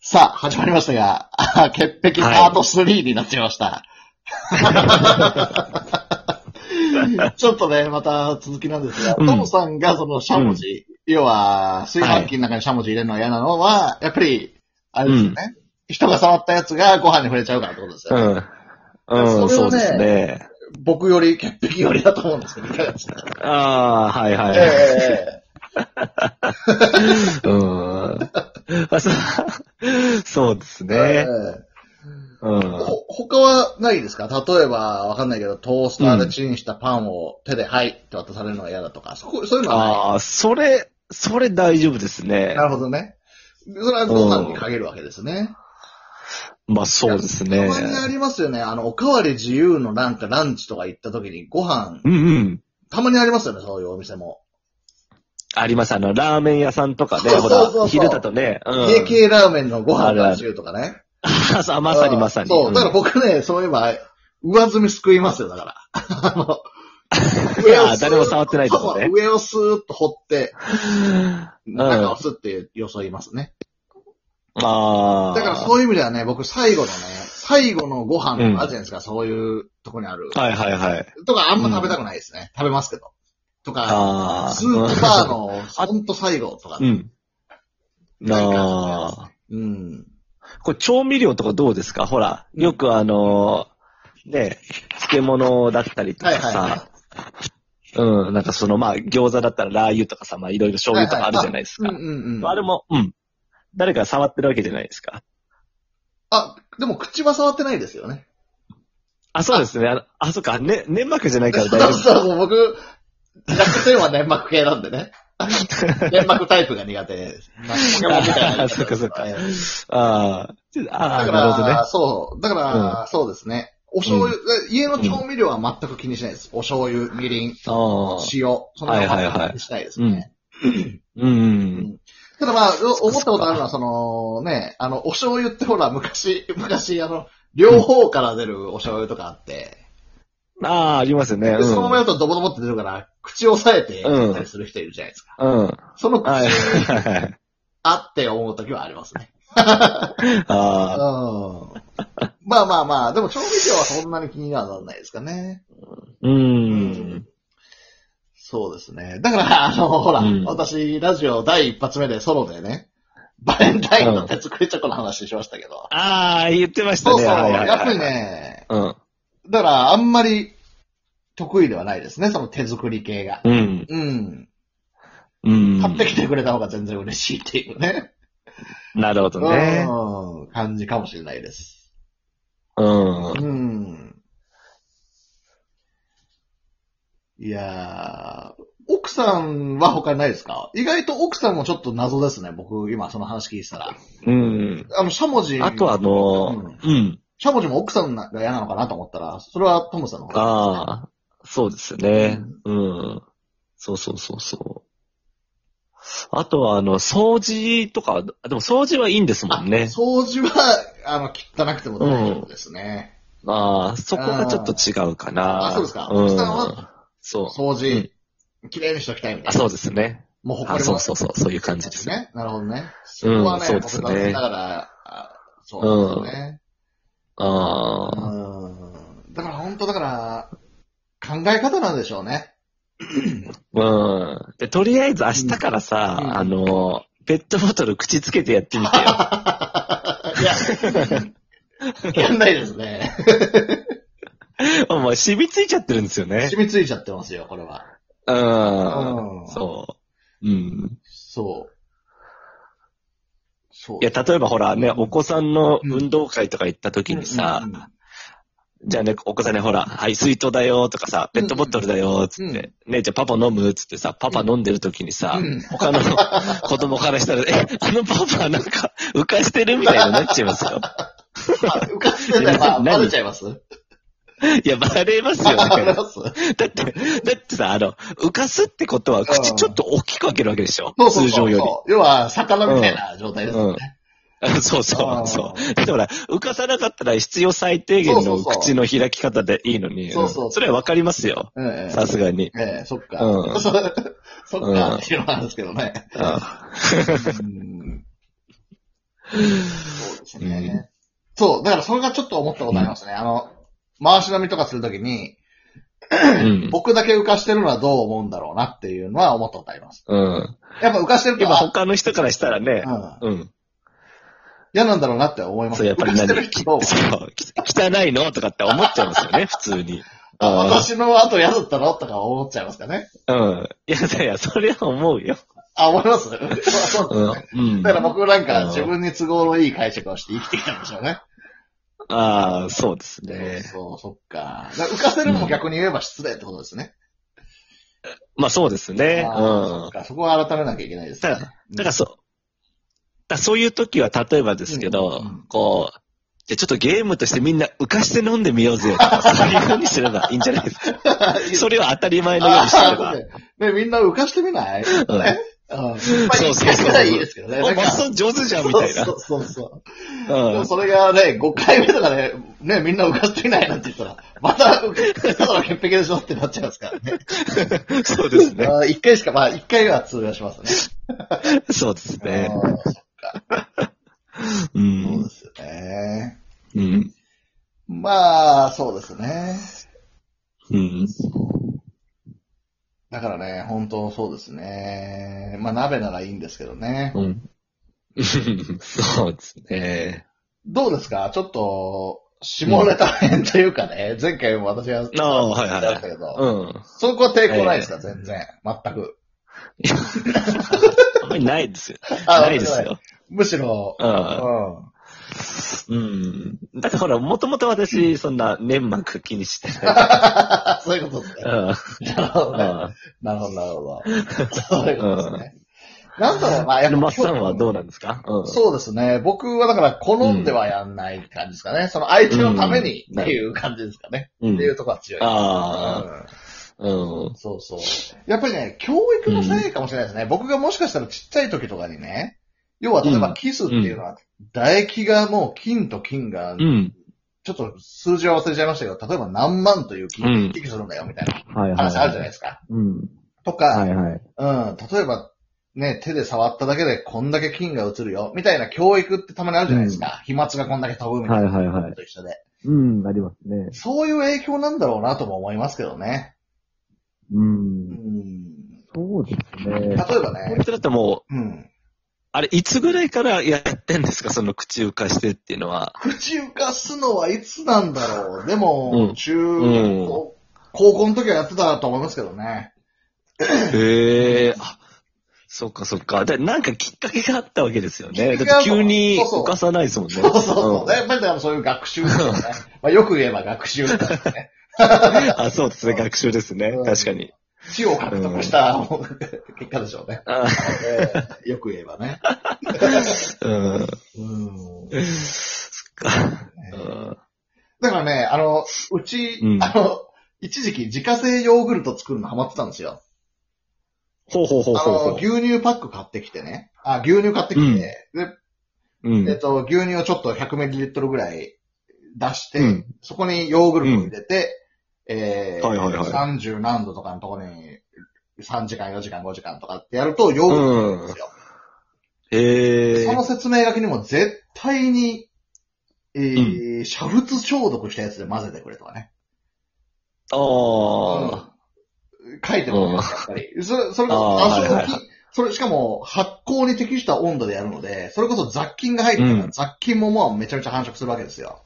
さあ、始まりましたが、 あ潔癖パート3になっちゃいました。 ちょっとね、また続きなんですが、うんトムさんがそのしゃもじ、要は炊飯器の中にしゃもじ入れるのが嫌なのは、やっぱり、あれですよね、人が触ったやつがご飯に触れちゃうからってことですよね。うん。うん、それそをねうですね。僕より潔癖よりだと思うんですけど、いかがです かああ、はいはい。えうん。 あそうそうですええね。えうん。ほ他はないですか例えば、わかんないけど、トースターでチンしたパンを手で、はいって渡されるのが嫌だとか、そこそういうのはああ、それ、それ大丈夫ですない。ねな。るほどね。それはご飯に限るわけですね。まあそうですねた。まにありますよね。あの、おかわり自由のなんかランチとか行った時にご飯、うんうん。たまにありますよね、そういうお店も。あります。あの、ラーメン屋さんとかね、そうそほうそうら、昼だとね。うん。家系ラーメンのご飯が自由とかね。 あそうまさにまさに。そう、だからうん僕ね、そういえば、上積みすくいますよ、だ から。あの、あー誰も触ってないとこねそう上をスーッと掘って、うん。中をあすってよそいますね。あー。だからそういう意味ではね、僕最後のね、最後のご飯とかあるじゃないですか、そういうとこにある。はいはいはい。とかあんま食べたくないですね。食べますけど。とか、ああ。スープバーの、ほんと最後とか。うん。なんかああ。うん。これ調味料とかどうですかほら、うんよくあのーね、漬物だったりとはかいさ、はいはうん、なんかそのまあ餃子だったらラー油とかさ、まあいろいろ醤油とかあるじゃないですい。か。うんうんうん。あれも、うん。誰かが触ってるわけじゃないですか。あ、でも口は触ってないですよね。あ、そうですね。あのあ、そっか、ね、粘膜じゃないかそらう大丈夫。そうそう、僕、弱点は粘膜系なんで ね。粘膜タイプが苦手です。ポケモンみたいなあそっかそっかええああ、ちょあだあ、かなるほどねら、。そう。だから、そうですね。お醤油、家の調味料は全く気にしないです。お醤油、みりん、ああ、塩、そのまはいはいまはい気にしないですね。うんうん。ただまあ、お思ったことあるのは、そのね、あの、お醤油ってほら、昔、 昔、あの、両方から出るお醤油とかあって、ああ、ありますよね。でうん。そのままやるとドボドボって出るから、口を押さえてうんやったりする人いるじゃないですか。うん。その口、はいはいはい。 あって思うときはあり ますね。うんああ、。まあまあまあ、でも調味料はそんなに気にはならないですかね。ううんん。そうですね。だから、あの、ほら、うん私、ラジオ第一発目でソロでね、バレンタインの手作りチョコの話しましたけど。ああ、言ってましたそうね。そう、はいはいはいやっぱりね、うん。だから、あんまり得意ではないですね、その手作り系が。うん。うん。うん。買ってきてくれた方が全然嬉しいっていうね。なるほどね。うん、感じかもしれないです。うん。うん。いやー、奥さんは他にないですか意外と奥さんもちょっと謎ですね。僕、今その話聞いてたら。うん。あの、しゃもじ。あとあの、うん。しゃもじも奥さんが嫌なのかなと思ったら、それはトムさんの方ああ、そうですね。うん。そうそうそうそう。あとは、あの、掃除とか、でも掃除はいいんですもんね。掃除は、あの、汚くても大丈夫ですね。ああ、そこがちょっと違うかな。あそうですかうん奥さんは。そう。掃除、きれいにしときたいみたいな。あ、そうですね。もうあ誇りそもうそうそう、そういう感じですね。ね。なるほどね。そこはね、そうですね僕残念ながら、あそうですね。ああ、うんだから本当だから、考え方なんでしょうね。うん。で、とりあえず明日からさ、うんあの、ペットボトル口つけてやってみて よ。いや、やんないですね。 あもう染みついちゃってるんですよね。染みついちゃってますよ、これは。うん。うんそう。うん。そう。そう。いや、例えばほらね、お子さんの運動会とか行った時うんにさう、んうんじゃあね、お子さんにほら、はい、水筒だよとかさ、ペットボトルだよ、つって、ね、じゃあパパ飲むつってさ、パパ飲んでる時にさ、うん他の 子供からしたら、え、あのパパなんか浮かしてるみたいになっちゃいます よ。あ浮かせてたら、 何バレちゃいますいや、バレますよね。 バレますだって、だってさ、あの、浮かすってことは口ちょっと大きく開けるわけでしょ、そうそうそう通常より。要は、魚みたいな状態ですよね。あそうあそーう、そう。だ ってほら、浮かさなかったら必要最低限そうのそうそう口の開き方でいいのに、そうそうそれはわかりますよ。ええさすがに。ええ、そっか。うん そそっか、っていうのなんですけどね。あうんですね。そう、だからそれがちょっと思ったことありますね。あの、回し飲みとかするときに、うん。僕だけ浮かしてるのはどう思うんだろうなっていうのは思ったことあります。うん。やっぱ浮かしてると今は、他の人からしたらねう、ん、うん。嫌なんだろうなって思います。そう、やっぱり浮かして何る人どう思うそうき汚いのとかって思っちゃいます よね、普通に。あ私の後嫌だったのとか思っちゃいますかね。うん。いや、いや、それは思うよ。あ、思い ますそううん。うんだから僕なんうかん自分に都合のいい解釈をして生きてきたんでしょうね。ああ、そうですね。そう、そっか。だから浮かせるのも逆に言えば失礼ってことですね。まあそうですね。あうーんそっ。かそこは改めなきゃいけないですね。だだからそう、だからそういう時は例えばですけど、うんうんこう、じゃあちょっとゲームとしてみんな浮かして飲んでみようぜ とか、そういうふうにすればいいんじゃないですか。それを当たり前のようにしてれば。あーね、みんな浮かしてみないうん。うんねそうそうそう。いいですけどね。お、なんマかスそオ上手じゃんみたういな。そうそうそう。でうもん。それがね、5回目とかで、ね、みんな浮かしてみないなんて言ったら、また、ただの潔癖でしょってなっちゃいますからね。そうですね。あー一回しか、まあ一回は通用しますね。そうですね。あーうそうでん。すよね。うん。まあ、そうですね。うん。だからね、本当そうですね。まあ鍋ならいいんですけどね。うん。そうですね。どうですかちょっと、下ネタ編というかね、前回も私は、ああ、はいはやいりはましたい。けど、うん。そこは抵抗ないですか全然。全く。あんまりないですよ。あないですよ。むしろ、うん。ううん。だってほら、もともと私、そんな粘膜気にしてない。ん。そういうことですね。うん。なるほどね。あなるほど、なるほど。そういうことですね。なんだろう、まあ、やっぱマスさんはどうなんですかうん。そうですね。僕はだから、好んではやんない感じですかね。その相手のためにっていう感じですかね。うんっていうところは強い。あうんあ、うん。そうそう。やっぱりね、教育のせいかもしれないですね。僕がもしかしたらちっちゃい時とかにね、要は例えうばんキスっていうのは、唾液がもう金と金が、うん。ちょっと数字は忘れちゃいましたけど、例えば何万という金うんが寄付するんだよみたいなはいはい。話あるじゃないですか。うん。とか、はいはい。うん、例えばね、手で触っただけでこんだけ金が移るよ、みたいな教育ってたまにあるじゃないですか。飛沫がこんだけ飛ぶみたいな。はいはいはいと一緒で。うん、ありますね。そういう影響なんだろうなとも思いますけどね。う。うんん。そうですね例えばこねれっ、てだってもう、うん。あれ、いつぐらいからやってんですかその口浮かしてっていうのは。口浮かすのはいつなんだろう。でも、うん中、ん高高校の時はやってたと思いますけどね。へえ、あ、そっかそっか。で、なんかきっかけがあったわけですよね。きっかけだがあっったて急にそうそう浮かさないですもんね。そうそうそう。やっぱりだからそういう学習ですよね。まあよく言えば学習ですね。うんあ、そうですね。学習ですねう。ん確かに。知を獲得した、もう結果でしょうね。あえーよく言えばね。うん。うんそっか。うんだからね、あの、うち、うんあの、一時期自家製ヨーグルト作るのハマってたんですよ。ほうほうほうあほうの、ほ牛乳パック買ってきてね。あ、牛乳買ってきて、でう。うんえっと、牛乳をちょっと 100ml ぐらい出して、うんそこにヨーグルトを入れて、えーはいはいはい30何度とかのところに3時間、4時間、5時間とかってやるとヨーグルトになるんですよ。へえそ。の説明書きにも絶対に、えー煮沸消毒したやつで混ぜてくれとかね。あうん書いてもらやっぱり。そそれこそ、あー多少はいはいはきそれしかも発酵に適した温度でやるので、それこそ雑菌が入ってたら、うん雑菌ももうめちゃめちゃ繁殖するわけですよ。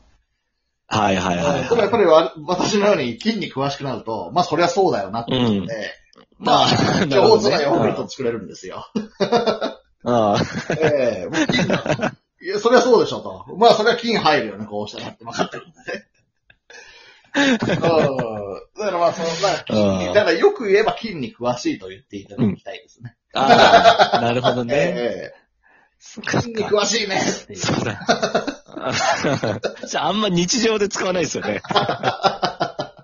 あ。はいはいはいでもやっぱはりわ私のように筋に詳しくなると、まあそりゃそうだよなって思って、まあ、い。なるほ上手どねなヨーグルト作れるんですよ。ああ。ええもう筋がいや、そりゃそうでしょと。まあそりゃ筋入るよね、こうしたらって分かってるん でね。うんだからまあその、まあ筋にうんだからよく言えば筋に詳しいと言っていただきたいですね。あ あ。なるほどね。えそえっかそ筋っにか。詳しいねっていうそうだ。 あじゃあ、あんま日常で使わないです よね。あ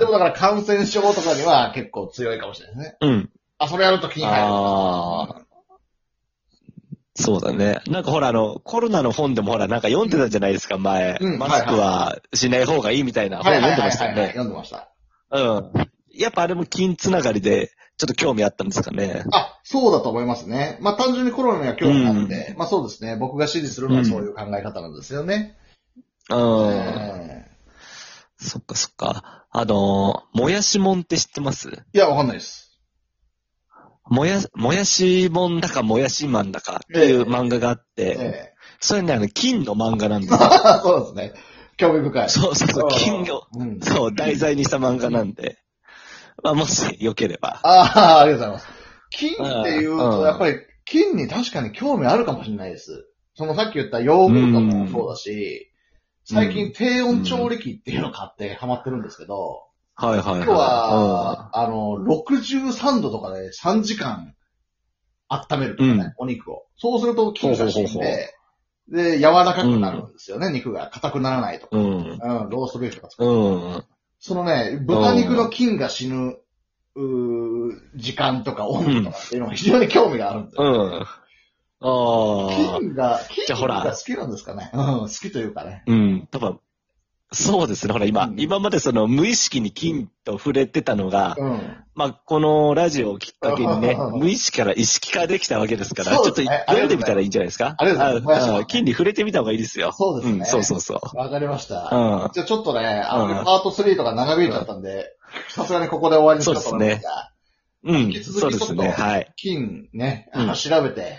でもだから感染症とかには結構強いかもしれないですね。あうん。あ、それやると筋入る。ああ。そうだね。なんかほら、あの、コロナの本でもほら、なんか読んでたじゃないですか、前。うんマスクはしない方がいいみたいな本はい読はいんではいはまいした読よね。んでました。うん。やっぱあれも金つながりで、ちょっと興味あったんですかね。あ、そうだと思いますね。まあ単純にコロナには興味があって、まあそうですね。僕が支持するのはそういう考え方なんですよね。うん。えそっかそっか。あのー、もやしもんって知ってますーいや、わかんないです。もや、もやしもんだかもやしマンだかっていう漫画があって、えそれね、あの、金の漫画なん ですよ。えそうですね。興味深い。そうそうそう、金魚。うん。そう、題材にした漫画なんで。まあ、もし、良ければ。ああ、ありがとうございます。金っていううと、んやっぱり金に確かに興味あるかもしれないです。そのさっき言ったヨーグルトもそうだし、うん最近低温調理器っていうのを買ってハマってるんですけど、はいはいはい。今日は、あの、63度とかで3時間温めるとかね、うんお肉を。そうすると菌が死んほうほうほで、で、柔らかくなるんですよね、肉が。硬くならないとか。うん。うん、ローストビーフとか作る。うん。うん。そのね、豚肉の菌が死ぬ、うー時間とか温度とかっていうのが非常に興味があるんですよ。ああ。菌が、じ菌ゃあほらが好きなんですかね。うん、好きというかね。うん。多分、そうですね。ほら、今、うん今までその無意識に金と触れてたのが、うん。まあ、このラジオをきっかけにねうん、無意識から意識化できたわけですから、そちょうっでとすね読んでみたらいいんじゃないですか。ありがとうございますああ金に触れてみた方がいいですよ。そうですね。ん、そうそうそう。わかりました。うん。じゃあちょっとね、あの、うんパート3とか長引いちゃったんで、さすがにここで終わりにしたと思いますが、う引んき。続きそうですちょね。っとはい。金ね、うんあの調べて、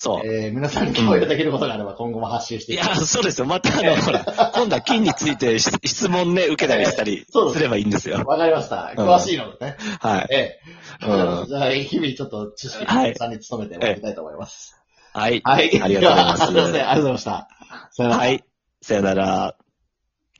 そう。えー皆さんに共有できることがあれば今後も発信していいきやたい。、そうですよ。また、あの、ほら、今度は金についてし質問ね、受けたりしたりそうですすればいいんですよ。わかりました。うん詳しいのでね。はい。ええ うんわかりました じゃあ、日々ちょっと知識の皆さんに努めてもらいたいと思います。はい。はい。ありがとうございます ではすいません。ありがとうございました。さよならはい。さよなら。